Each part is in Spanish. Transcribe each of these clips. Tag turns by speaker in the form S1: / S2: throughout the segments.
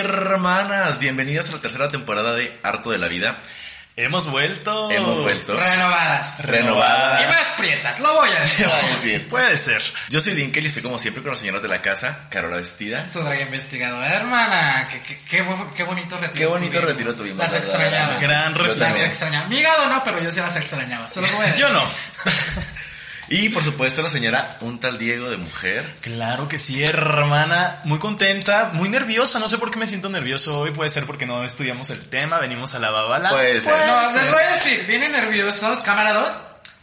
S1: hermanas? Bienvenidas a la tercera temporada de Harto de la Vida.
S2: Hemos vuelto.
S1: Hemos vuelto.
S3: Renovadas.
S1: Renovadas.
S3: Y más prietas, lo voy a decir.
S1: Voy a decir.
S2: Puede ser.
S1: Yo soy Dinkel y estoy como siempre con los señores de la casa, Carola Vestida.
S3: Su draga investigadora, hermana. Qué, qué, qué, bu- qué bonito retiro.
S1: Qué bonito
S3: tuvimos.
S1: retiro tuvimos,
S3: Las
S1: la verdad.
S3: extrañaba.
S2: Gran
S1: Yo
S2: retiro.
S3: Las
S1: también.
S3: extrañaba. Mi hígado no, pero yo sí las extrañaba. Solo voy a decir.
S2: Yo no.
S1: Y por supuesto la señora, un tal Diego de mujer.
S2: Claro que sí, hermana. Muy contenta, muy nerviosa. No sé por qué me siento nervioso hoy. Puede ser porque no estudiamos el tema, venimos a la babala.
S1: Puede ser.
S3: No, les voy a decir, vienen nerviosos. Cámara 2.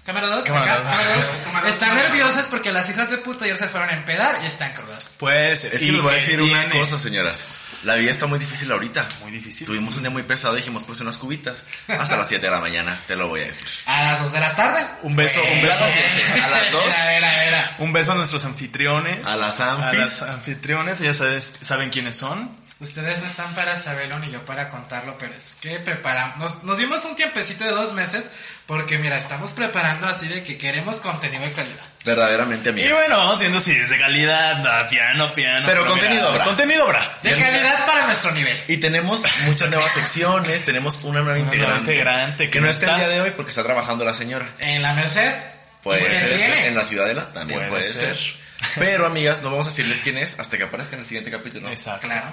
S3: Cámara 2.
S2: Cámara
S3: Cámara
S2: dos.
S3: 2. Están nerviosas porque las hijas de puta ya se fueron a empedar y están crudas.
S2: Puede ser.
S1: Es que
S2: ¿Y
S1: les voy a
S2: qué
S1: decir una
S2: tiene?
S1: cosa, señoras. La vida está muy difícil ahorita.
S2: Muy difícil.
S1: Tuvimos un día muy pesado, dijimos pues unas cubitas. Hasta las 7 de la mañana, te lo voy a decir.
S3: A las 2 de la tarde.
S2: Un beso, un beso.
S1: A las dos.
S3: Era, era, era.
S2: Un beso a nuestros anfitriones.
S1: A las anfis.
S2: A las anfitriones, ya sabes, saben quiénes son.
S3: Ustedes no están para saberlo ni yo para contarlo, pero es que preparamos. Nos, nos dimos un tiempecito de dos meses porque, mira, estamos preparando así de que queremos contenido de calidad.
S1: Verdaderamente,
S2: Y
S1: amigas.
S2: bueno, vamos viendo si es de calidad, ah, piano, piano.
S1: Pero contenido habrá.
S2: Contenido habrá.
S3: De
S1: Ya-
S3: calidad para nuestro nivel.
S1: Y tenemos muchas nuevas secciones, tenemos una nueva
S2: Una nueva
S1: integrante.
S2: integrante
S1: que,
S2: que
S1: no
S2: no
S1: está el
S2: está.
S1: día de hoy porque está trabajando la señora.
S3: En la merced.
S1: Puede
S3: ¿y quién
S1: ser
S3: tiene?
S1: Pues, en la ciudadela, también puede,
S2: Puede
S1: ser.
S2: ser.
S1: Pero amigas, no vamos a decirles quién es hasta que aparezca en el siguiente capítulo.
S2: Exacto.
S3: Claro.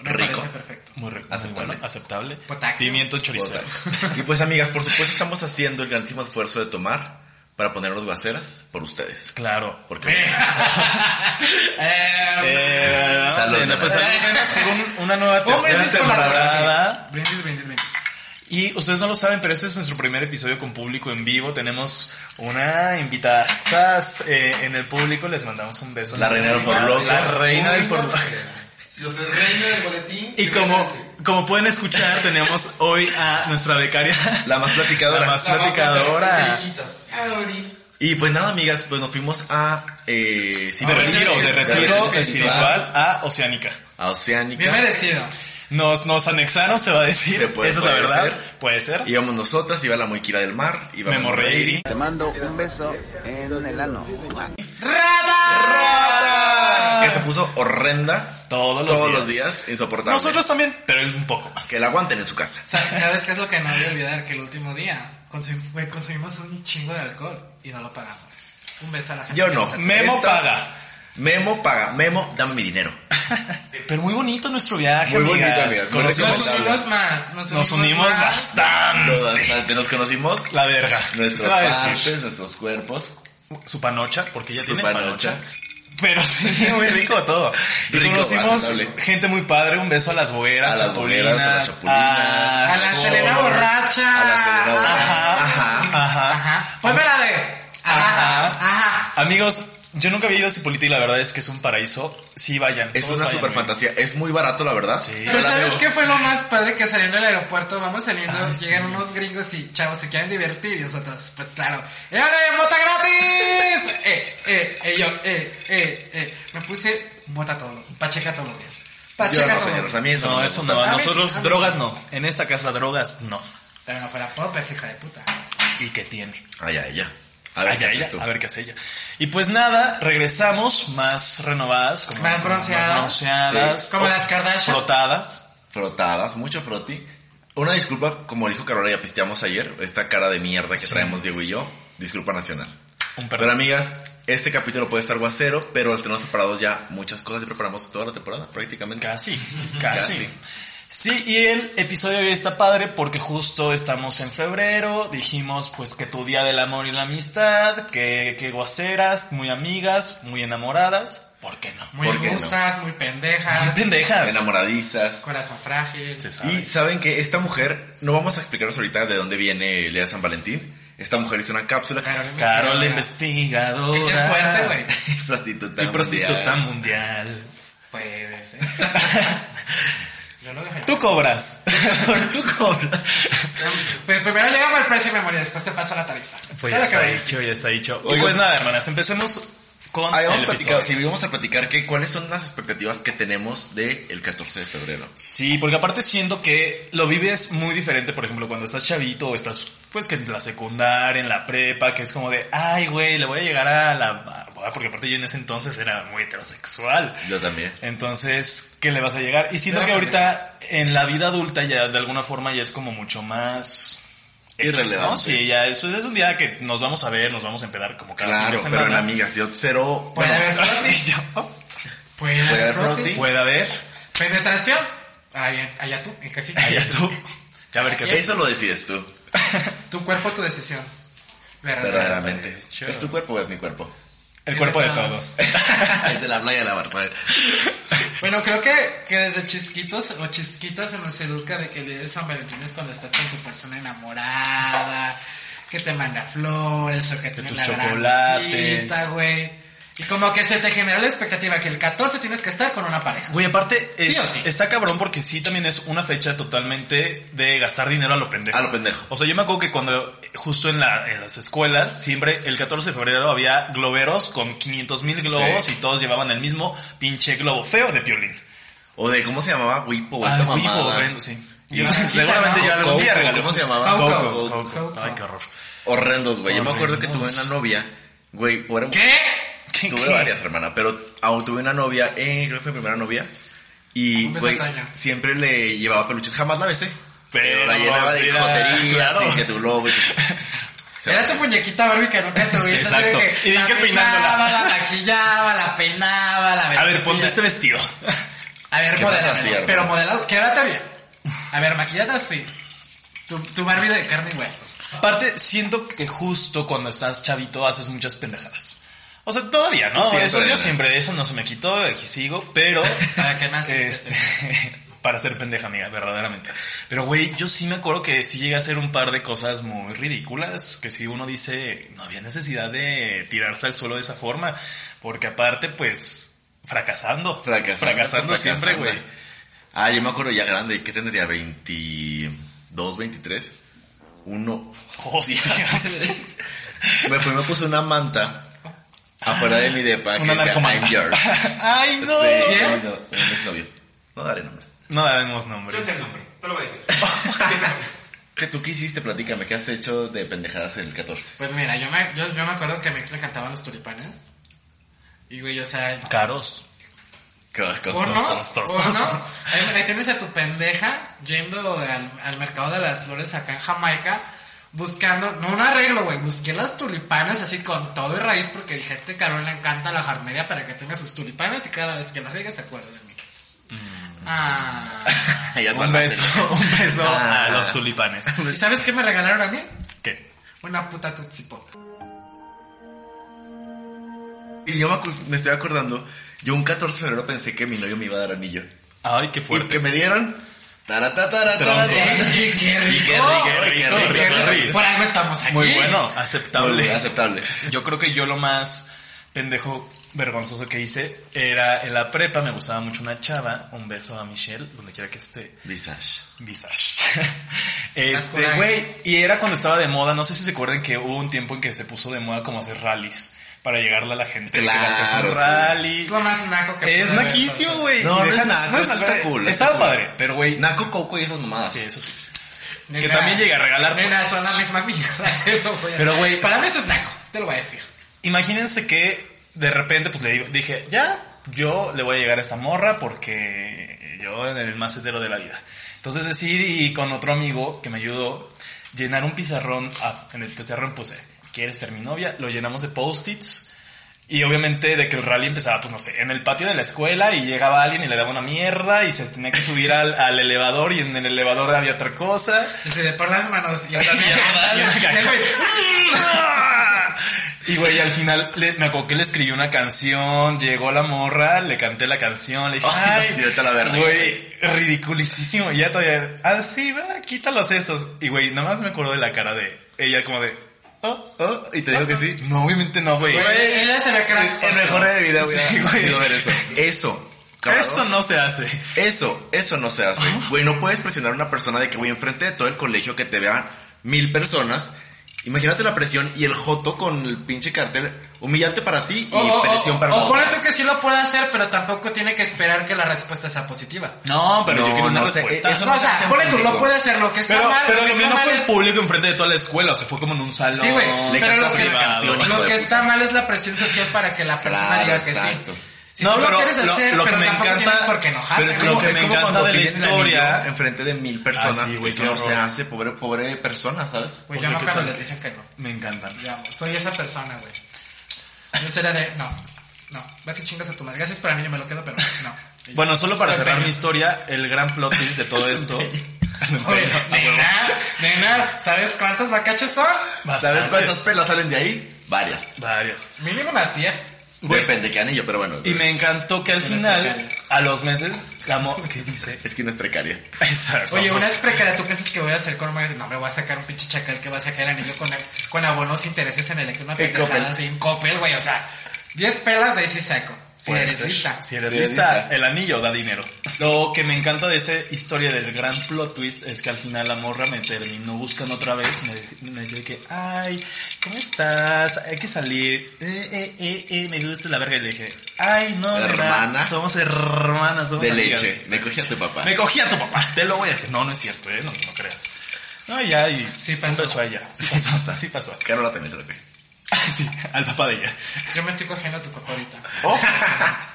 S3: Me
S1: Rico.
S3: parece perfecto.
S2: Muy rico. muy
S1: Aceptable.
S2: bueno, aceptable.
S3: Potaxo.
S2: Pimiento chorizo.
S1: Y pues amigas, por supuesto estamos haciendo el grandísimo esfuerzo de tomar para ponernos guaceras por ustedes.
S2: Claro.
S1: Porque
S3: Eh,
S2: Eh, vamos
S1: Salud,
S2: viendo, pues,
S3: nada más.
S2: saludos por un- una nueva
S3: un
S2: tercera
S3: brindis por la
S2: temporada.
S3: raza. Brindis, brindis, brindis.
S2: Y ustedes no lo saben, pero este es nuestro primer episodio con público en vivo. Tenemos una invitada eh, en el público. Les mandamos un beso.
S1: La reina del forloco.
S2: La reina del
S4: Yo
S2: forloco.
S4: soy reina del boletín.
S2: Y como, como pueden escuchar, tenemos hoy a nuestra becaria.
S1: la más platicadora.
S2: La más- platicadora.
S1: Y pues nada, amigas, pues nos fuimos a eh, sí,
S2: De
S3: Ah,
S2: retiro,
S3: sí, sí,
S2: de
S3: sí,
S2: retiro
S3: sí, sí,
S2: espiritual a Oceánica.
S1: a Oceánica.
S3: Bien merecido.
S2: Nos, nos anexaron, se va a decir.
S1: Se puede-
S2: Esa
S1: puede
S2: es la verdad.
S1: ser.
S2: Puede ser.
S1: Íbamos nosotras, iba la Moiquira del Mar, iba
S2: Memo Reiri.
S5: Te mando un beso en el ano.
S3: ¡Rata!
S1: Que se puso horrenda
S2: Todos los
S1: todos
S2: días.
S1: los días, insoportable.
S2: Nosotros también, pero un poco más.
S1: Que la aguanten en su casa.
S3: Sa- ¿Sabes qué es lo que no voy a olvidar? Que el último día consum- güey, consumimos un chingo de alcohol y no lo pagamos. Un beso a la gente.
S1: Yo
S3: que
S1: no.
S3: nos atiende.
S2: Memo
S1: Estas-
S2: paga.
S1: Memo paga, Memo, dame mi dinero.
S2: Pero muy bonito nuestro viaje.
S1: Muy
S2: amigas.
S1: bonito, amigas.
S2: Con
S1: Nos
S2: recomendaciones.
S3: Nos unimos más. Nos unimos,
S2: Nos unimos
S3: más.
S2: bastante.
S1: Nos, nos conocimos
S2: La verga.
S1: nuestras
S2: Se Ah, va a decir.
S1: partes, nuestros cuerpos.
S2: Su panocha, porque ella
S1: Su
S2: tiene
S1: panocha.
S2: panocha. Pero sí, muy rico todo. Y
S1: Rico,
S2: conocimos
S1: aceptable.
S2: gente muy padre. Un beso a las bogueras,
S1: A las bogueras, a las
S2: chapulinas.
S1: chapulinas,
S3: A la
S2: Sol.
S3: Selena borracha.
S1: A la Selena borracha.
S2: Ajá. Ajá.
S3: Ajá. Ponme la de. Ajá. Ajá.
S2: Amigos, yo nunca había ido a Cipolite y la verdad es que es un paraíso. Sí, vayan.
S1: Es
S2: todos
S1: una
S2: vayan,
S1: super fantasía. Es muy barato, la verdad.
S2: Sí.
S3: Pero
S1: Hola,
S3: ¿sabes
S1: amigo.
S3: qué fue lo más padre que saliendo del aeropuerto? Vamos saliendo,
S1: Ah,
S2: Ay, sí.
S3: llegan unos gringos y chavos se quieren divertir y nosotros, pues claro, ¡eh, órale, mota gratis! Eh, eh, eh, yo, eh, eh, eh. Me puse mota todo, pacheca todos los días.
S1: Yo
S3: Pacheca
S1: no,
S3: todos los
S1: señores, a
S3: días.
S1: mí eso no,
S2: No,
S1: me
S2: eso
S1: gusta.
S2: no. A
S3: A mí sí,
S2: nosotros
S3: a mí
S2: drogas no. En esta casa drogas no.
S3: Pero no fuera pop, es hija de puta.
S2: ¿Y qué tiene?
S1: Ay, ay, ya. A ver,
S2: Ay,
S1: ¿qué
S2: ay,
S1: haces
S2: ay,
S1: tú?
S2: a ver qué hace ella. Y pues nada, regresamos más renovadas. Como
S3: Más bronceadas.
S2: Más bronceadas.
S1: Sí.
S3: Como las Kardashian.
S2: Frotadas.
S1: Frotadas, mucho froti. Una disculpa, como dijo Carola, ya pisteamos ayer. Esta cara de mierda que traemos Diego y yo. Disculpa nacional.
S2: Un
S1: Pero amigas, este capítulo puede estar guacero, pero tenemos preparados ya muchas cosas y preparamos toda la temporada prácticamente.
S2: Casi, casi.
S1: Casi.
S2: Sí, y el episodio de hoy está padre porque justo estamos en febrero, dijimos pues que tu día del amor y la amistad, que, que guaceras, muy amigas, muy enamoradas, ¿por qué no?
S3: Muy
S1: ¿Por qué no?
S3: musas, muy pendejas,
S2: Pendejas.
S1: Enamoradizas.
S3: corazón frágil.
S2: Se
S1: Y
S2: sabe.
S1: saben que esta mujer, no vamos a explicaros ahorita de dónde viene el día de San Valentín. Esta mujer hizo una cápsula.
S3: Carol
S2: Carol la
S3: investigadora.
S2: investigadora.
S3: Qué fuerte, güey.
S1: prostituta.
S2: Y prostituta
S1: mundial.
S2: mundial.
S3: Puede ser. Pues, eh. Yo no
S2: Tú cobras. Tú cobras.
S3: Pues primero llegamos al precio de memoria, después te paso la tarifa.
S2: Pues
S3: Todo
S2: ya
S3: lo que
S2: está
S3: me dices.
S2: dicho, ya está dicho. Y
S1: Oigan.
S2: pues nada, hermanas, empecemos con
S1: Ahí
S2: el
S1: vamos a platicar,
S2: episodio.
S1: sí, vamos a platicar que cuáles son las expectativas que tenemos del 14 de febrero.
S2: Sí, porque aparte siento que lo vives muy diferente, por ejemplo, cuando estás chavito o estás, pues, que en la secundaria, en la prepa, que es como de, ay, güey, le voy a llegar a la, a- ¿verdad? Porque aparte yo en ese entonces era muy heterosexual.
S1: Yo también.
S2: Entonces, ¿qué le vas a llegar? Y siento
S3: Pero
S2: que
S3: también-
S2: ahorita en la vida adulta ya de alguna forma ya es como mucho más... X, ¿no?
S1: Irrelevante.
S2: Sí, ya es, pues, es un día que nos vamos a ver, nos vamos a empedar como cada fin
S1: Claro,
S2: de
S1: pero
S2: semana.
S1: en amigas, yo cero.
S3: Puede
S1: bueno,
S3: haber froti.
S2: Yo,
S3: Puede
S2: Pues
S1: Puede
S3: haber
S1: haber
S3: froti.
S1: froti.
S2: Puede haber,
S3: Pues, Penetración. Allá, allá tú, en casita.
S2: allá tú. Ya a ver qué
S1: eso lo decides tú,
S3: Tu cuerpo, tu decisión. Verdaderamente.
S1: verdaderamente.
S2: chido.
S1: Es tu cuerpo o es mi cuerpo.
S2: El cuerpo de
S3: Libertad.
S2: todos.
S1: El de la playa de la barra.
S3: Bueno, creo que, que desde chisquitos o chisquitas se nos educa de que el día de San Valentín es cuando estás con tu persona enamorada, que te manda flores o que te
S2: tus
S3: la gran
S2: chocolates.
S3: cita, güey. Y como que se te generó la expectativa que el 14 tienes que estar con una pareja.
S2: Güey, aparte, es-
S3: ¿Sí o sí?
S2: está cabrón porque sí también es una fecha totalmente de gastar dinero a lo pendejo.
S1: A lo pendejo.
S2: O sea, yo me acuerdo que cuando, justo en, la, en las escuelas, siempre el 14 de febrero había globeros con 500 mil globos
S1: Sí.
S2: y todos llevaban el mismo pinche globo feo de piolín.
S1: O de cómo se llamaba Wipo o
S2: Ah,
S1: Oh, esta
S2: de Wipo,
S1: mamada.
S2: horrendo, sí.
S1: Y-
S2: Yo- seguramente
S3: ¿no?
S2: yo algún día
S1: Coco,
S2: regalé.
S1: ¿cómo se llamaba?
S2: Coco.
S3: Coco.
S2: Coco.
S3: Coco.
S2: Ay, qué horror.
S1: Horrendos, güey. Yo me acuerdo que tuve una
S2: Horrendos.
S1: novia, güey, por
S3: ¿Qué?
S2: ¿Qué-
S1: Tuve
S2: qué?
S1: varias, hermana, pero aún tuve una novia, eh, creo que fue mi primera novia. Y,
S3: Un beso
S1: güey,
S3: a Toño.
S1: siempre le llevaba peluches, jamás la besé.
S2: Pero,
S1: Pero la llenaba de
S2: mira,
S1: joterías
S2: claro.
S1: y que tu globo y que... Se
S3: Era
S1: va.
S3: tu muñequita Barbie que nunca tuviste.
S2: Exacto.
S3: así de
S2: Y
S3: la
S2: que peinándola.
S3: peinaba, La maquillaba, la peinaba, la
S2: A ver,
S3: vestía.
S2: ponte este vestido.
S3: A ver,
S1: Qué
S3: modelado.
S1: fantasía,
S3: Pero
S1: hermano.
S3: modelado, quédate bien. A ver, maquillate así. Tu, tu Barbie de carne y hueso.
S2: Aparte, siento que justo cuando estás chavito haces muchas pendejadas. O sea, todavía, ¿no?
S1: Siempre,
S2: eso yo
S1: ¿no?
S2: siempre, eso no se me quitó, aquí sigo, pero...
S3: Para que naciste.
S2: este, para ser pendeja, amiga, verdaderamente. Pero, güey, yo sí me acuerdo que sí llegué a hacer un par de cosas muy ridículas, que si uno dice, no había necesidad de tirarse al suelo de esa forma, porque aparte, pues, fracasando.
S1: Fracasando,
S2: Fracasando siempre,
S1: fracasando.
S2: güey.
S1: Ah, yo me acuerdo ya grande, ¿qué tendría? ¿22, 23? Uno.
S2: Hostias.
S1: Me fui y me puse una manta afuera de mi depa que
S2: Una
S1: decía,
S2: narcomanta.
S1: I'm yours.
S2: ¡Ay, no!
S1: Sí,
S3: ¿Quién?
S1: un novio- un exnovio. No daré nombres.
S2: No daremos
S4: Yo sé el
S2: nombres.
S4: nombre, no lo voy a decir. Yo sé el nombre.
S1: ¿Qué tú qué hiciste? Platícame, ¿qué has hecho de pendejadas en el 14?
S3: Pues mira, yo me, yo, yo me acuerdo que a mi ex le cantaban los tulipanes. Y güey, o sea.
S2: Caros.
S1: ¿Qué
S3: ¿O no?
S2: Costosos,
S3: ¿O no?
S2: costosos.
S3: Ahí, ahí tienes a tu pendeja yendo al, al mercado de las flores acá en Jamaica. Buscando, no un arreglo, güey. Busqué las tulipanes así con todo y raíz porque dije: a Este cabrón le encanta la jardinería para que tenga sus tulipanes y cada vez que las riegue se acuerde de mí. Ah.
S1: Ya
S2: Un
S1: salvaste.
S2: beso, un beso
S1: Ah.
S2: a los tulipanes.
S3: ¿Y sabes qué me regalaron a mí?
S2: ¿Qué?
S3: Una puta Tootsie Pop.
S1: Y yo me, acu- me estoy acordando, yo un 14 de febrero pensé que mi novio me iba a dar anillo.
S2: Ay, qué
S1: Y
S2: fuerte.
S1: que me dieron... taratá, taratá,
S2: Tronco.
S1: taratá.
S3: Y qué rico.
S1: Ay, qué rico,
S3: Qué rico.
S1: rico.
S3: Oh, Por algo estamos aquí.
S2: Muy bueno,
S1: Muy
S2: aceptable.
S1: aceptable.
S2: Yo creo que yo lo más pendejo vergonzoso que hice era en la prepa, me gustaba mucho una chava, un beso a Michelle, donde quiera que esté,
S1: Visage.
S2: visage. Este,
S3: Natural.
S2: güey, y era cuando estaba de moda, no sé si se acuerdan que hubo un tiempo en que se puso de moda como hacer rallies, para llegarle a la gente, que le hacías un
S1: Claro, sí.
S2: rally.
S3: Es lo más naco que
S2: Es
S3: puede haber,
S2: naquicio,
S3: entonces.
S2: güey.
S1: No,
S2: Y
S1: no es
S2: deja-
S1: naco, eso está
S2: naco,
S1: cool,
S2: Estaba
S1: está cool.
S2: padre, pero güey,
S1: Naco, Coco y esas mamadas.
S2: sí, eso sí.
S3: Nena,
S2: que también llega a regalar,
S3: Nena,
S2: pues.
S3: son la misma mierda. te lo voy a-
S2: Pero, güey-
S3: Para mí eso es naco, te lo voy a decir.
S2: Imagínense que de repente pues le digo- dije, ya, yo le voy a llegar a esta morra porque yo en el macetero de la vida. Entonces decidí con otro amigo que me ayudó llenar un pizarrón. Ah, en el pizarrón puse, ¿quieres ser mi novia? Lo llenamos de post-its. Y obviamente de que el rally empezaba, pues no sé, en el patio de la escuela y llegaba alguien y le daba una mierda y se tenía que subir al, al elevador y en el elevador había otra cosa.
S3: Y se le pon las manos y otra mierda. Y el güey,
S2: Y güey, al final le- me acuerdo que le escribí una canción, llegó la morra, le canté la canción, le dije, ay,
S1: Ay, sí, vete a la verga.
S2: güey, ridiculicísimo. Y ya todavía, ah, sí, va, quítalos estos. Y güey, nada más me acuerdo de la cara de ella como de, oh,
S1: Oh, y te digo que sí.
S2: no, obviamente no, güey.
S3: Güey, ella se ve crack.
S1: El mejor de mi vida, güey.
S2: Sí, güey.
S1: ver eso. Eso.
S2: Eso
S1: cabros.
S2: no se hace.
S1: Eso, eso no se hace. Güey, no puedes presionar a una persona de que voy enfrente de todo el colegio que te vean mil personas Imagínate la presión y el joto con el pinche cartel humillante para ti y
S3: O, o-
S1: presión
S3: o-
S1: para
S3: o
S1: el
S3: pone
S1: otro.
S3: tú que sí lo puede hacer, pero tampoco tiene que esperar que la respuesta sea positiva.
S2: No, pero yo
S1: No,
S2: quiero una
S1: no sé,
S2: respuesta.
S1: eso
S3: No, o sea,
S1: se hace en
S3: pone tú, lo
S1: público.
S3: puede hacer, lo que está
S2: pero
S3: mal.
S2: pero
S3: lo que
S2: lo mío
S3: está
S2: no
S3: mal
S2: fue en
S3: es-
S2: público enfrente de toda la escuela, o sea, fue como en un salón.
S3: Sí, güey,
S1: Le
S3: pero lo
S1: cantaste
S3: que,
S1: una canción, hijo
S3: lo
S1: de
S3: que
S1: puta.
S3: está mal es la presión social para que la persona
S1: Claro,
S3: diga que
S1: exacto.
S3: sí. Si
S2: No,
S3: tú
S2: pero
S3: lo quieres
S2: lo-
S3: hacer,
S2: lo que
S3: pero
S2: me
S3: tampoco
S2: encanta-
S3: tienes por qué enojarte.
S1: Pero es
S2: Lo
S1: como,
S2: que
S1: es
S2: me
S1: como
S2: encanta
S1: cuando
S2: de la
S1: piden el
S2: historia-
S1: anillo enfrente de mil personas,
S2: Ah, sí, güey,
S1: eso
S2: qué
S1: no se
S2: horror.
S1: hace, pobre, pobre persona, ¿sabes?
S3: Pues yo
S2: Porque
S3: no
S2: qué
S3: cuando
S2: tal-
S3: les dicen que no.
S2: Me encantan.
S3: Yo amo, soy esa persona, güey. Yo sería de, no, no, vas y chingas a tu madre. Gracias para mí, yo me lo quedo, pero no.
S2: Bueno, solo para
S3: Te
S2: cerrar
S3: empeño.
S2: mi historia, el gran plot twist de todo esto.
S3: Oye, nena, nena, ¿sabes cuántas bacaches son?
S1: ¿Sabes
S2: Bastantes.
S1: cuántas pelas salen de ahí? Varias.
S2: Varias.
S3: Mínimo unas 10.
S2: Güey.
S1: Depende qué anillo, pero bueno.
S2: Y me encantó que al
S3: Tienes
S2: final,
S3: que
S2: a los meses, la mo- ¿Qué dice?
S1: Es que no es precaria.
S2: Esa,
S3: Oye,
S2: somos-
S3: una es precaria, ¿tú piensas que voy a hacer con Mario? No, me voy a sacar un pinche chacal que va a sacar el anillo con, con abonos intereses en el una
S1: En
S3: pendejada
S1: Coppel.
S3: así, en Coppel, güey, o sea, 10 pelas de ahí sí saco. Si
S2: Puede
S3: eres
S2: ser.
S3: lista.
S2: Si eres
S1: Sí,
S2: lista,
S1: lista.
S2: el anillo da dinero. Lo que me encanta de esta historia del gran plot twist es que al final la morra me terminó buscando otra vez. Me, me decía que, ay, ¿cómo estás? Hay que salir. Eh, eh, eh, eh, me gusta la verga. Y le dije, ay, no, nena,
S1: Hermana.
S2: somos hermanas, somos
S1: De
S2: amigas".
S1: leche. Me cogí a tu papá.
S2: Me cogí a tu papá, te lo voy a decir. No, no es cierto, ¿eh? no, no creas. No, ya, y
S3: Sí pasó.
S2: empezó allá. Sí pasó, sí pasó.
S1: Carola también se lo coge.
S2: Sí, al papá de ella.
S3: Yo me estoy cogiendo a tu papá ahorita.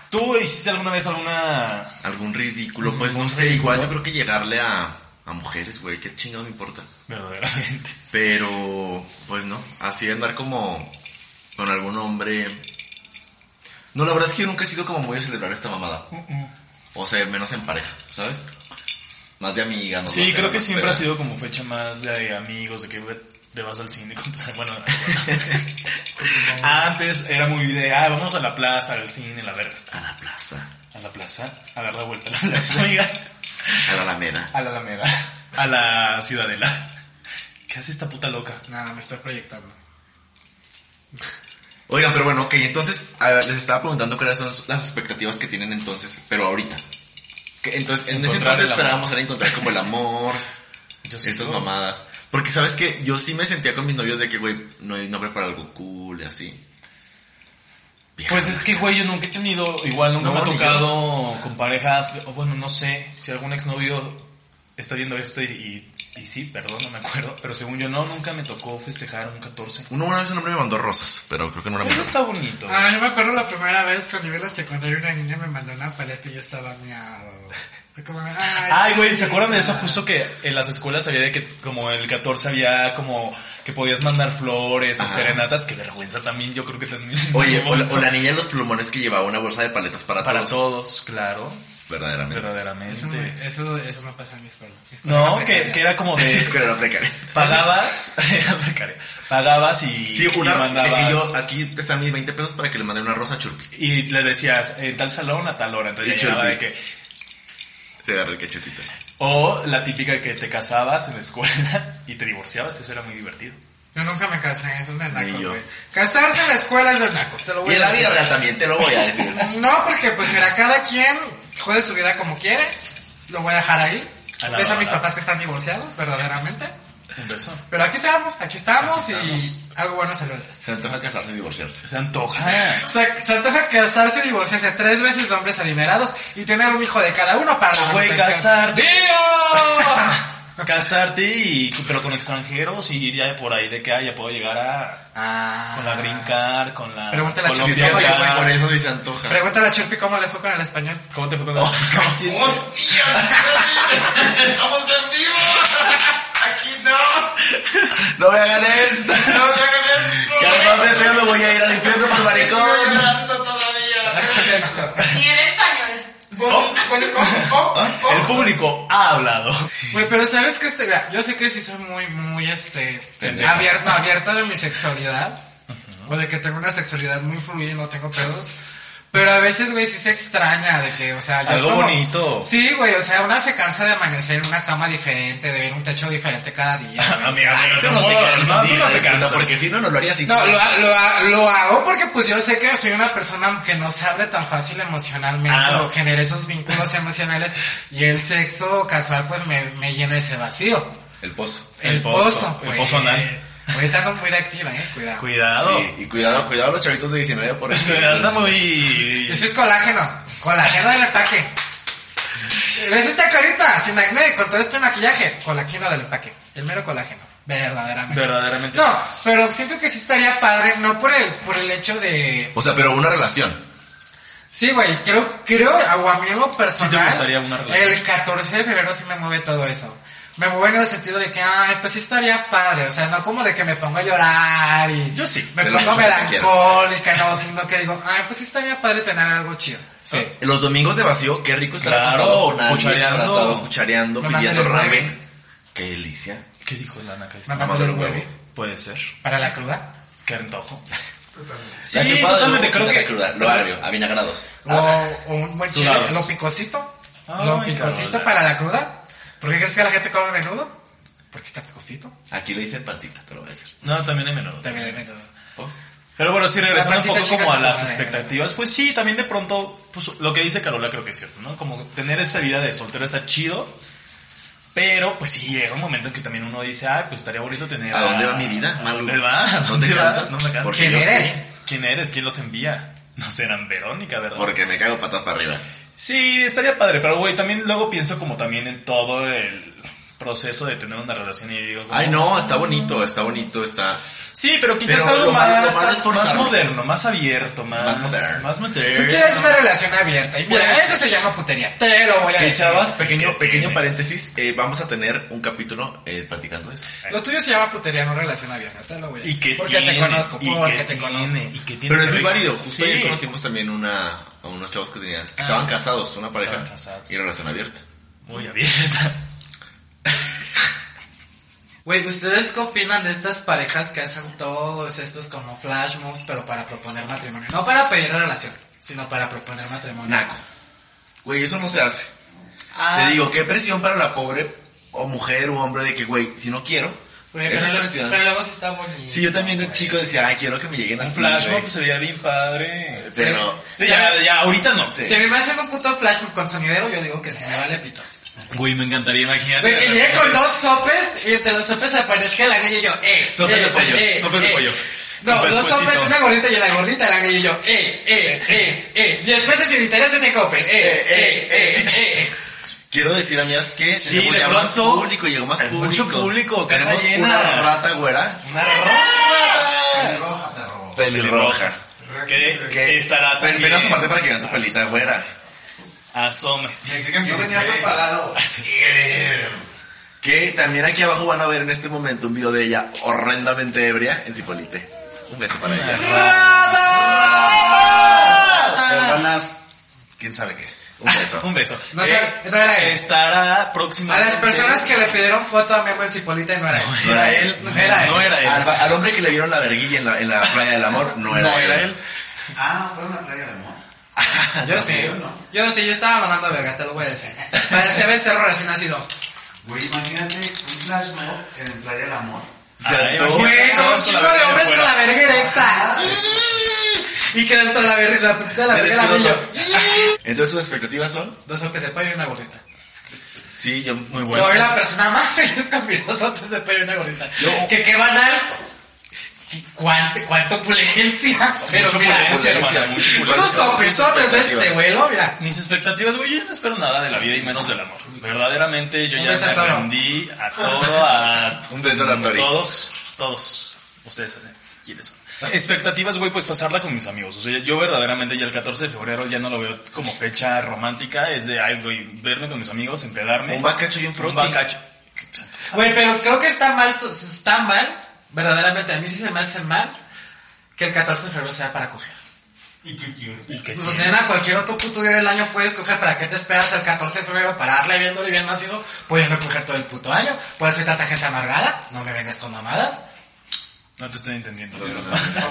S2: ¿Tú hiciste alguna vez alguna
S1: Algún ridículo, pues no
S2: Algún
S1: sé,
S2: ridículo.
S1: igual yo creo que llegarle a, a mujeres, güey, qué chingado me importa.
S2: verdaderamente?
S1: Pero, pues no, así andar como con algún hombre. No, la verdad es que yo nunca he sido como muy a celebrar esta mamada. O sea, menos en pareja, ¿sabes? Más de amiga, no
S2: Sí,
S1: sé,
S2: creo
S1: no
S2: que
S1: sé,
S2: siempre
S1: pero-
S2: ha sido como fecha más de amigos, de que ve- te vas al cine con tus bueno, antes era muy de, ah, vamos a la plaza, al cine, la verga.
S1: A la plaza,
S2: A la plaza, a dar la vuelta a la plaza, amiga.
S1: a la alameda.
S2: A la Alameda, a la Ciudadela. ¿Qué hace esta puta loca?
S3: Nada, me estoy proyectando.
S1: Oigan, pero bueno, ok, entonces a ver, les estaba preguntando cuáles son las expectativas que tienen entonces, pero ahorita. Que, Entonces, en ese
S2: Encontrar el
S1: entonces
S2: amor.
S1: esperábamos era encontrar como el amor,
S2: Yo
S1: estas
S2: siento-
S1: mamadas. Porque sabes que yo sí me sentía con mis novios de que, güey, no hay nombre para algo cool y así. Vieja.
S2: Pues es que, güey, yo nunca he tenido, igual nunca
S1: No,
S2: me ha
S1: ni
S2: tocado con pareja, o bueno, no sé, si algún exnovio está viendo esto y, y- y sí, perdón, no me acuerdo, pero según yo no, nunca me tocó festejar un 14.
S1: Uno una vez un hombre me mandó rosas, pero creo que no era mi
S2: Eso
S1: novio.
S2: está bonito.
S3: Ah, yo me acuerdo la primera vez cuando yo iba a la secundaria una niña me mandó una paleta y yo estaba miado. Fue como, ay,
S2: Ay, güey, ¿se acuerdan de eso? Justo que en las escuelas había de que como el 14 había como que podías mandar flores o
S1: Ajá.
S2: serenatas, qué vergüenza también, yo creo que también.
S1: Oye, o la, o la niña de los plumones que llevaba una bolsa de paletas para,
S2: Para
S1: todos.
S2: todos, claro,
S1: Verdaderamente.
S3: Eso, no
S2: verdaderamente.
S3: me- eso, eso no pasó en mi escuela. Mi escuela
S2: No,
S3: era
S2: que,
S3: precaria.
S2: que era como de...
S1: Es que era precaria.
S2: Pagabas, era precaria. pagabas y,
S1: Sí, una,
S2: y
S1: de que
S2: mandabas.
S1: yo, aquí están mis 20 pesos para que le mande una rosa a Churpi.
S2: Y le decías, en tal salón a tal hora. Entonces
S1: Y
S2: ya llegaba de
S1: chulpi.
S2: que.
S1: Se agarra el cachetito.
S2: O la típica que te casabas en la escuela y te divorciabas, eso era muy divertido.
S3: Yo nunca me casé, eso es de nacos,
S1: Ni yo.
S3: güey. Casarse en la escuela es de nacos, te lo
S1: Y
S3: voy
S1: en
S3: a
S1: la
S3: decir.
S1: vida real también, te lo voy a decir.
S3: No, porque pues mira, cada quien jode su vida como quiere. Lo voy a dejar ahí.
S2: A la
S3: Ves a mis
S2: verdad.
S3: papás que están divorciados, verdaderamente.
S2: Un beso.
S3: Pero aquí estamos, aquí estamos
S2: Aquí
S3: y algo bueno se lo des.
S1: Se antoja casarse y divorciarse.
S2: Se antoja.
S3: Se, se antoja casarse y divorciarse tres veces de hombres adinerados y tener un hijo de cada uno para la
S2: Güey,
S3: manutención.
S2: casar.
S3: ¡Dios!
S2: Casarte, y, pero con extranjeros y ir ya por ahí de que ah, ya puedo llegar a.
S3: Ah.
S2: Con la Green Card, con la.
S3: Pregúntale a
S1: Si
S3: Cholula,
S2: Colombia
S1: te
S3: ¿cómo
S1: antoja,
S3: le
S2: Card.
S1: por eso y se antoja.
S3: Pregúntale a Chirpi cómo le fue con el español.
S2: ¿Cómo te fue con
S1: Oh, ¿quién sabe?
S4: ¡Estamos en vivo! ¡Aquí no!
S1: No me hagan esto.
S4: ¡No me hagan esto!
S1: Que al más de feo me voy a pues, ir al infierno por
S4: Estoy
S1: maricón.
S4: llorando todavía.
S6: Ni en español.
S4: Oh, oh, oh, oh.
S2: ¿Ah? El público ha hablado.
S3: Güey, pero sabes que este, mira, yo sé que sí soy muy, muy, este,
S1: Pendeja.
S3: abierto, abierta de mi sexualidad. O de que tengo una sexualidad muy fluida y no tengo pedos. Pero a veces, güey, sí se extraña de que, o sea, ya es
S2: Algo
S3: como-
S2: bonito.
S3: Sí, güey, o sea, una se cansa de amanecer en una cama diferente, de ver un techo diferente cada día. güey, o
S2: Amiga,
S3: sea,
S2: amiga,
S1: Tú no te cansas,
S2: no, tú
S1: hija
S2: no
S1: de
S2: te
S1: puta,
S2: cansas.
S1: Porque si no, no lo haría así.
S3: No, lo, ha- lo, ha- lo hago porque pues yo sé que soy una persona que no se abre tan fácil emocionalmente
S2: Ah.
S3: o genera esos vínculos emocionales y el sexo casual pues me, me llena ese vacío.
S1: El pozo.
S3: El,
S2: El
S3: pozo.
S2: pozo, el
S3: güey.
S2: pozo anal.
S3: Ahorita ando muy activa, eh, cuidado.
S2: Cuidado.
S1: Sí, y cuidado, cuidado los chavitos de 19 por eso.
S2: Se anda
S3: Eso
S2: muy.
S3: es colágeno, colágeno del empaque. ¿Ves esta carita? Sin acné, con todo este maquillaje. Colágeno del empaque. El mero colágeno. Verdaderamente.
S2: Verdaderamente.
S3: No, pero siento que sí estaría padre, no por el, por el hecho de...
S1: O sea, pero una relación.
S3: Sí, güey, creo, creo, o a mí en lo personal...
S2: gustaría una relación.
S3: El 14 de febrero sí me mueve todo eso. Me mueve en el sentido de que, ay, pues sí estaría padre, o sea, no como de que me pongo a llorar y...
S2: Yo sí,
S3: Me
S1: de la
S3: pongo
S1: mucho que quiero.
S3: melancólica, no, sino que digo, ay, pues sí estaría padre tener algo chido. Sí.
S1: Los domingos de vacío, qué rico estar
S2: Claro,
S1: acostado con alguien,
S2: cuchareando.
S1: abrazado, cuchareando,
S3: Mamá
S1: pidiendo
S3: del
S1: ramen.
S3: nueve.
S1: Qué delicia.
S2: ¿Qué dijo la Ana Cristina?
S3: Mamá
S1: Mamá
S3: del
S1: del
S3: huevo.
S1: huevo.
S2: Puede ser.
S3: Para la cruda.
S2: Qué antojo.
S4: Totalmente.
S2: Sí,
S1: La chupada de
S2: totalmente.
S1: huevo
S2: Creo
S1: pintada
S2: que.
S1: cruda, lo agrio, a vinagrados.
S3: O, o un buen
S2: Sudados.
S3: chile, lo picosito.
S2: Ay,
S3: lo picosito
S2: Carola.
S3: para la cruda. ¿Por qué crees que la gente come menudo? Porque está picosito.
S1: Aquí le dicen pancita, te lo voy a decir.
S2: No, también hay menudo.
S3: También de menudo.
S1: Oh.
S2: Pero bueno, sí, regresando
S3: La
S2: un poco
S3: pancita
S2: como
S3: chica
S2: a
S3: se
S2: las
S3: toma de-
S2: expectativas, pues sí, también de pronto, pues lo que dice Carola creo que es cierto, ¿no? Como tener esta vida de soltero está chido, pero pues sí llega un momento en que también uno dice, ay, pues estaría bonito tener...
S1: ¿A dónde va mi vida,
S2: ¿A
S1: Malu?
S2: dónde va? ¿A
S1: ¿No te
S2: dónde va?
S1: cansas?
S2: No me canso.
S1: ¿Por qué
S3: ¿Quién
S1: yo
S3: eres?
S1: sí?
S2: ¿Quién eres? ¿Quién los envía? No serán Verónica, ¿verdad?
S1: Porque me cago patas para arriba.
S2: Sí, estaría padre, pero güey, también luego pienso como también en todo el proceso de tener una relación y digo... como,
S1: Ay, no, está bonito, está bonito, está.
S2: Sí, pero quizás
S1: Pero
S2: algo
S1: lo malo- lo
S2: más,
S1: malo es
S2: más
S1: forzarlo.
S2: moderno, más abierto, más...
S1: Más moderno.
S2: Más
S3: Tú
S2: moderno.
S3: quieres una relación abierta. Y mira,
S2: Pues-
S3: eso se llama putería. Te lo voy a
S1: Que
S3: decir.
S1: chavas, pequeño,
S2: ¿Qué
S1: pequeño
S2: tiene?
S1: paréntesis, eh, vamos a tener un capítulo eh, platicando de eso.
S3: Lo tuyo se llama putería, no relación abierta. Te lo voy a
S2: ¿Y
S3: decir.
S2: que
S3: porque te conozco,
S2: ¿Y
S3: porque
S2: qué
S3: te
S2: tiene?
S3: conozco.
S2: ¿Y qué tiene
S1: Pero es
S2: que
S1: muy
S2: ver?
S1: válido. Justo
S2: Sí.
S1: ayer conocimos también una, a unos chavos que tenían, que
S2: Ah.
S1: estaban casados, una pareja.
S2: Estaban casados.
S1: Y relación abierta.
S2: Muy abierta.
S3: Güey, ¿ustedes qué opinan de estas parejas que hacen todos estos como flash moves, pero para proponer matrimonio? No para pedir relación, sino para proponer matrimonio.
S1: Naco. Güey, eso no se hace.
S3: Ah,
S1: Te digo, qué presión para la pobre o mujer o hombre de que, güey, si no quiero.
S3: güey,
S1: eso es
S3: pero,
S1: presión.
S3: pero luego sí está bonito.
S1: Sí, yo también de chico decía, ay, quiero que me lleguen
S2: Un
S1: así.
S2: flash
S1: güey.
S2: mob sería bien padre.
S1: Pero.
S2: Sí, ya, ya, ahorita no.
S1: Sí.
S3: Si me hacen un puto flash con sonidero, yo digo que se me vale pito.
S2: Güey, me encantaría imaginar.
S3: Güey, que llegue con dos sopes y entre los sopes aparezca el anillo y yo, eh.
S1: Sopes de
S3: eh,
S1: pollo,
S3: eh,
S1: sopes de
S3: eh.
S1: pollo.
S3: No,
S2: Un
S3: dos sopes,
S2: pescuecito.
S3: una gorrita y la gorrita, el anillo y yo, eh, eh, eh, eh. Diez veces sin interés ese copel, eh, eh, eh, eh.
S1: Quiero decir, amigas, que
S2: Sí,
S1: tenemos
S2: de
S1: ya más
S2: pronto,
S1: público, llegó más
S2: hay
S1: público.
S2: mucho público, casa
S1: Tenemos
S2: llena.
S1: una rata güera.
S2: Una ropa.
S4: Roja, perro.
S1: Pelirroja.
S2: Que, que
S1: Que
S2: estará
S1: Pero
S2: también.
S1: apenas aparte para que vean tu pelita güera.
S2: Asomes.
S4: Mexican Yo venía preparado.
S1: Que también aquí abajo van a ver en este momento un video de ella horrendamente ebria en Cipolite. Un beso para ella.
S4: Hermanas, quién sabe qué.
S1: Un beso.
S2: Un beso.
S3: No sé,
S2: Eh,
S3: no era él.
S2: Estará próxima.
S3: A las personas que le pidieron foto a Memo el Cipolita y no era él.
S1: No era él.
S3: No era él.
S2: No era él.
S1: Al, al hombre que le vieron la verguilla en la, en la playa del amor, no era,
S2: No
S1: él.
S2: era él.
S4: Ah, fueron a Playa de Amor.
S3: Yo sí,
S4: yo no.
S3: yo sí, yo estaba mandando verga, te lo voy a decir. Para ese becerro recién nacido.
S4: Güey, imagínate un flash mob en Playa del Amor.
S1: Se
S2: Ay,
S1: antojó.
S2: imagínate.
S3: Güey, como un
S2: Con
S3: chico
S2: la
S3: de
S2: verga
S3: hombres con
S2: afuera.
S3: la verga erecta. Y que dentro de la verga, la puntita de la
S1: Ya
S3: verga, el
S1: descuidó
S3: anillo.
S1: todo. Entonces sus expectativas son.
S3: Dos sopes de pollo y una gorrita.
S1: Sí, yo muy
S3: Soy la persona más feliz con mis dos sopes de pollo y una gorrita.
S1: Yo-
S3: Que qué banal. Y Cuánta, cuánta opulencia. Pero
S2: Mucha
S3: mira,
S2: opulencia,
S3: mira,
S2: hermana, mucha opulencia.
S3: unos sopes, sopes de este güey, ¿no? mira.
S2: Mis expectativas, güey, yo no espero nada de la vida y menos del amor. Verdaderamente, yo
S3: Un
S2: ya
S3: beso
S2: me
S3: a todo.
S2: rendí a todo, a
S1: Un beso a la Tori.
S2: todos, todos. Ustedes saben quiénes son. Expectativas, güey, pues pasarla con mis amigos. O sea, yo verdaderamente ya el 14 de febrero ya no lo veo como fecha romántica. Es de, ay, güey, verme con mis amigos, empedarme.
S1: Un bacacho y un froti.
S2: Un bacacho.
S3: Güey, pero creo que está mal, so- so- está mal, verdaderamente, a mí sí se me hace mal que el 14 de febrero sea para coger.
S2: Y que-
S3: Pues nena, cualquier otro puto día del año puedes coger, ¿para qué te esperas el 14 de febrero para darle viéndole bien macizo? Pudiendo coger todo el puto año, puedes ser tanta gente amargada, no me vengas con mamadas.
S2: No te estoy entendiendo.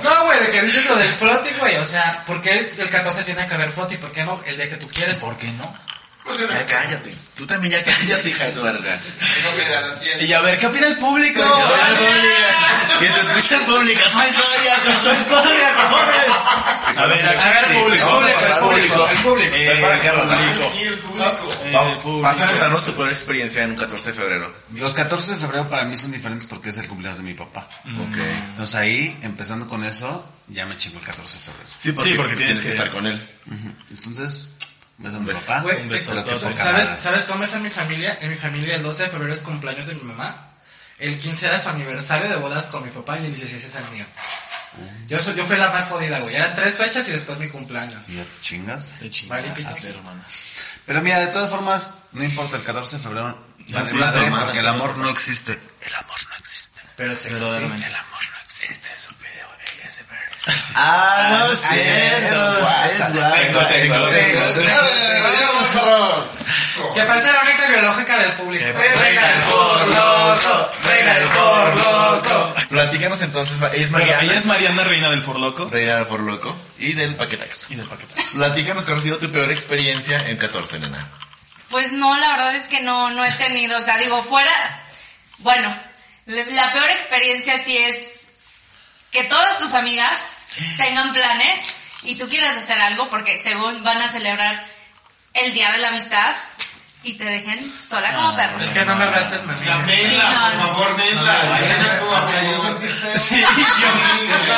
S3: No, güey, de que dices lo del floating, güey, o sea, ¿por qué el 14 tiene que haber floating? ¿Por qué no el día que tú quieres?
S2: ¿Por qué no?
S4: Pues
S1: Ya
S4: solucionaste.
S1: cállate. Tú también ya cállate, hija de tu verga.
S4: Tengo que dar así el-
S2: Y a ver, ¿qué opina el público?
S1: Soy Zodiac. Que se escucha el público. Soy Zodiac.
S2: Soy Sonia, cojones. A ver,
S3: A ver,
S2: aquí sí.
S3: público,
S1: vamos a
S3: público, el
S1: pasar,
S3: público, el público.
S2: Eh,
S1: Ven para acá,
S4: Ah,
S1: Ronaldo.
S4: sí, el público.
S2: Eh,
S1: Vamos, Vas a
S2: público.
S1: contarnos tu peor experiencia en un 14 de febrero.
S7: Los 14 de febrero para mí son diferentes porque es el cumpleaños de mi papá.
S2: Mm.
S1: Ok.
S7: Entonces ahí, empezando con eso, ya me chingo el 14 de febrero.
S1: Sí,
S2: porque
S1: pues, tienes que estar con él.
S7: Ujú. Entonces, un beso a mi
S1: Pues,
S7: papá.
S3: Güey,
S2: Un
S3: te-
S2: beso,
S7: pero que
S2: todos.
S7: por
S3: ¿Sabes,
S7: cagada.
S3: ¿Sabes cómo es en mi familia? En mi familia el 12 de febrero es cumpleaños de mi mamá. El 15 era su aniversario de bodas con mi papá y el 16 es el mío. Yo, soy- yo fui la más jodida, güey. Eran tres fechas y después mi cumpleaños.
S7: Y ya te chingas.
S2: Te chingas,
S3: Vale, pisas.
S2: hermana.
S7: Pero mira, de todas formas, no importa, el 14 de febrero vale
S1: existe,
S7: madre,
S1: hermano,
S7: porque el
S1: somos
S7: amor no existe. El amor no existe.
S3: Pero el sexo sí.
S2: Verdaderamente.
S7: amor no existe. Este es un video de ese
S1: Ah, no es
S7: es guasa.
S1: Tengo, tengo, tengo,
S4: Dale, vamos, perros.
S3: Que parece la única biológica del público.
S4: Reina el forloco, reina el forloco.
S1: Platícanos entonces, ella es
S2: Bueno, ella
S1: Mariana,
S2: es Mariana Reina del Forloco
S1: reina del Forloco y del Paquetax.
S2: y del Paquete.
S1: Platícanos cuál ha sido tu peor experiencia en 14, nena.
S6: Pues no, la verdad es que no, no he tenido. O sea, digo, fuera. Bueno, le- la peor experiencia sí es que todas tus amigas tengan planes y tú quieras hacer algo porque según van a celebrar el Día de la Amistad y te dejen sola como perro.
S3: Es que no me abraces, mami.
S4: La mezla, por favor, mezla. Sí, sí, como hasta yo sentí feo.
S2: Sí, yo-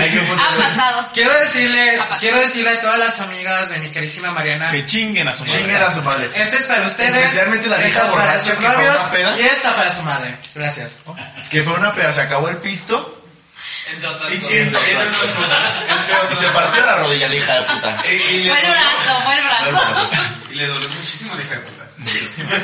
S1: Hay que poner-
S6: Ha pasado.
S3: Quiero decirle,
S6: Ha pasado.
S3: quiero decirle a todas las amigas de mi queridísima Mariana.
S2: Que chinguen a su madre.
S1: Chinguen a su padre.
S3: Este es para ustedes.
S1: Especialmente la vieja
S3: esta para
S1: borracha
S3: sus
S1: que fue
S3: novios
S1: una peda.
S3: y esta para su madre. Gracias.
S1: Que fue una peda, se acabó el pisto
S4: Y- y- y- entre otras cosas, entre
S1: y
S4: otras
S1: se partió la rodilla, la hija de puta.
S4: Y, y le
S6: Fue el brazo, fue el
S1: Fue el brazo.
S6: brazo.
S4: y le dolió muchísimo la hija de puta.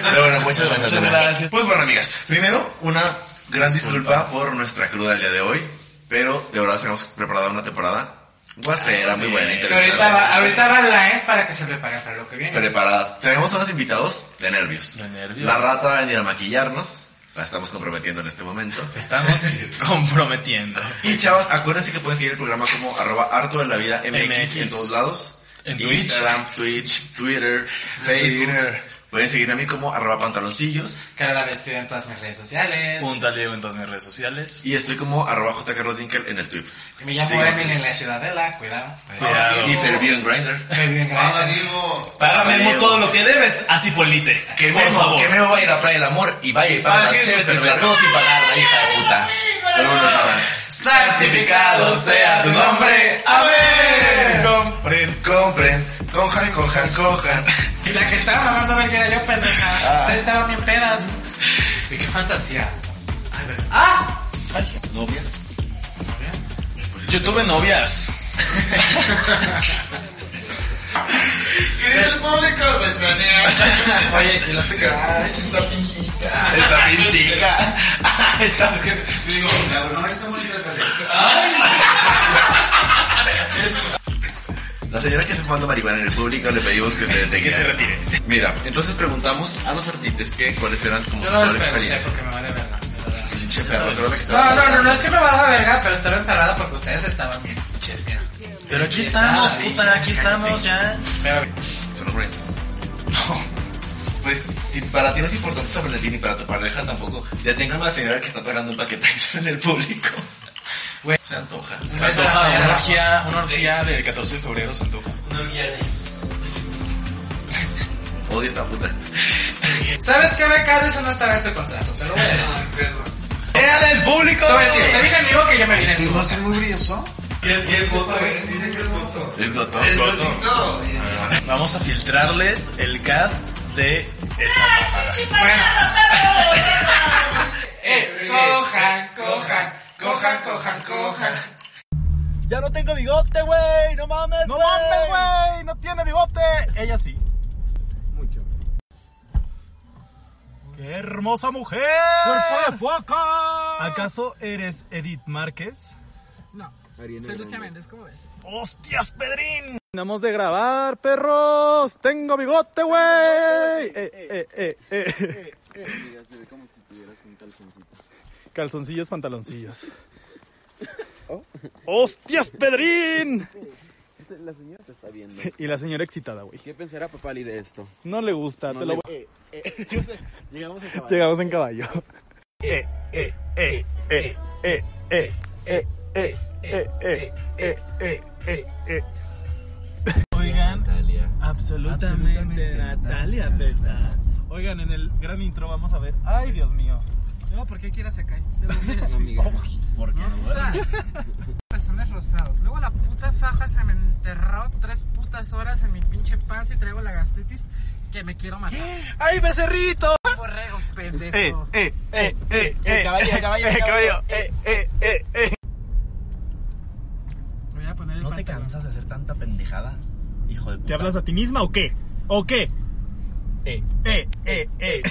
S1: Pero bueno, muchas gracias.
S2: Muchas
S1: Adriana.
S2: gracias.
S1: Pues bueno, amigas, primero una gran disculpa, por nuestra cruda el día de hoy, pero de verdad hemos preparado una temporada guasera,
S2: Ah,
S1: muy buena,
S3: Que
S1: interesante.
S3: ahorita va, ahorita va la E para que se preparen para lo que viene.
S1: Preparada. Tenemos unos invitados de nervios.
S2: De nervios.
S1: La rata va a venir a maquillarnos, la estamos comprometiendo en este momento.
S2: Estamos comprometiendo.
S1: Y chavas, acuérdense que pueden seguir el programa como arroba harto de la vida MX, en
S2: MX.
S1: todos lados.
S2: En Twitch.
S1: Instagram, Twitch, Twitter, Facebook.
S2: Twitter.
S1: Pueden seguirme a mí como arroba pantaloncillos.
S3: Cara la vestida en todas mis redes sociales.
S2: Un tal Diego en todas mis redes sociales.
S1: Y estoy como arroba J. Carlos Dinkel en el Twitter.
S3: Y Me llamo
S1: Sí,
S3: Emily en la ciudadela, cuidado.
S2: Cuidado.
S1: Y servió en Grindr.
S3: Me vi en
S4: Ahora
S3: grande.
S4: digo,
S2: Págame
S1: Diego.
S2: Memo, todo lo que debes a Cipolite.
S1: Que
S2: Por
S1: Memo,
S2: favor.
S1: que Memo vaya a la playa del amor y vaya y paga las
S2: Pague
S1: cheves
S2: sus
S1: pero las dos sin pagar, la hija de puta. Pero bueno, nada.
S3: Santificado sea tu nombre.
S1: Amén.
S2: Compren.
S1: Compren, cojan, cojan, cojan.
S3: Y la que estaba mamando a ver que era yo, pendeja.
S1: Ah.
S3: Ustedes estaban bien pedas. Y qué fantasía. A ver. ¡Ah!
S1: ¿Novias?
S2: Yo tuve novias.
S4: ¿qué dice el público? Se sanea.
S3: Oye, y lo sé que.
S4: Esta piñita.
S1: Esta pintica. Esta
S4: Es que, digo, la broma está muy divertida.
S1: La señora que está fumando marihuana en el público le pedimos que se detenga.
S2: Que se retire.
S1: Mira, entonces preguntamos a los artistas que cuáles eran como
S3: Yo
S1: su
S3: no les
S1: peor
S3: pregunté
S1: experiencia.
S3: porque me vale verga.
S1: Pinche perro, tú eres la que
S3: No,
S1: estaba-
S3: no, no, no es que me valga verga, pero estaba emperrada porque ustedes estaban bien pinches, mira.
S2: Pero aquí estamos, puta, aquí estamos ya.
S3: Pero
S1: Se nos fue. Pues si para ti no es importante esa boletín y para tu pareja tampoco, ya tengan a la señora que está tragando un paquetazo en el público.
S3: Güey.
S1: Se antoja.
S2: Se antoja una orgía, una orgía del 14 de febrero, se antoja.
S1: Odio esta puta.
S3: ¿Sabes qué, becario? Eso no estaba en tu contrato, te lo voy a decir.
S2: ¡Era del público!
S3: Te voy a decir, se dijo en vivo que yo me vine en su
S7: ¿No
S3: boca.
S7: es muy brilloso?
S4: Y es, y es voto, güey. Dicen que es voto.
S1: Es gotón.
S4: Es
S1: gotón.
S4: gotito.
S2: Vamos a filtrarles el cast de esa mamada.
S3: Eh, cojan, cojan, cojan, cojan, cojan.
S8: Ya no tengo bigote, güey. No mames, No mames, güey. No tiene bigote. Ella sí. Mucho. ¡Qué hermosa mujer! ¡Cuerpo de ¿Acaso eres Edith Márquez? No. Soy Lucia Méndez, ¿cómo ves? ¡Hostias, Pedrín! Terminamos de grabar, perros. ¡Tengo bigote, güey! Eh, eh, eh, eh. Calzoncillos, pantaloncillos. ¡Hostias, Oh. Pedrín!
S9: la señora te está viendo.
S2: Sí, y la señora excitada, güey.
S9: ¿Qué pensará papá Lee de esto?
S2: No le gusta,
S9: No
S2: te
S9: le-
S2: lo voy-
S8: Eh, eh, yo sé, llegamos a acabar.
S2: Llegamos en caballo.
S8: Eh, eh, eh, eh, eh, eh, eh, eh, eh, eh, eh, eh, eh, eh.
S2: Oigan,
S9: Natalia.
S2: absolutamente Natalia Teta. Oigan, en el gran intro vamos a ver. Ay, Dios mío.
S3: No, ¿por qué quieras se cae? De lo mira
S9: No,
S3: así.
S9: Miguel.
S7: Porque no duerme.
S3: Pezones rosados. Luego la puta faja se me enterró tres putas horas en mi pinche panza y traigo la gastritis que me quiero matar.
S2: ¡Ay, becerrito!
S3: Borregos, pendejo.
S2: Eh, eh, eh, eh, eh,
S8: eh, caballo, caballo,
S2: eh,
S8: caballo,
S2: caballo, eh, eh, eh, eh.
S3: Me voy a poner el
S1: ¿No te
S3: pantalón.
S1: cansas de hacer tanta pendejada? Hijo de puta.
S2: ¿Te hablas a ti misma o qué? ¿O qué? Eh, eh, eh.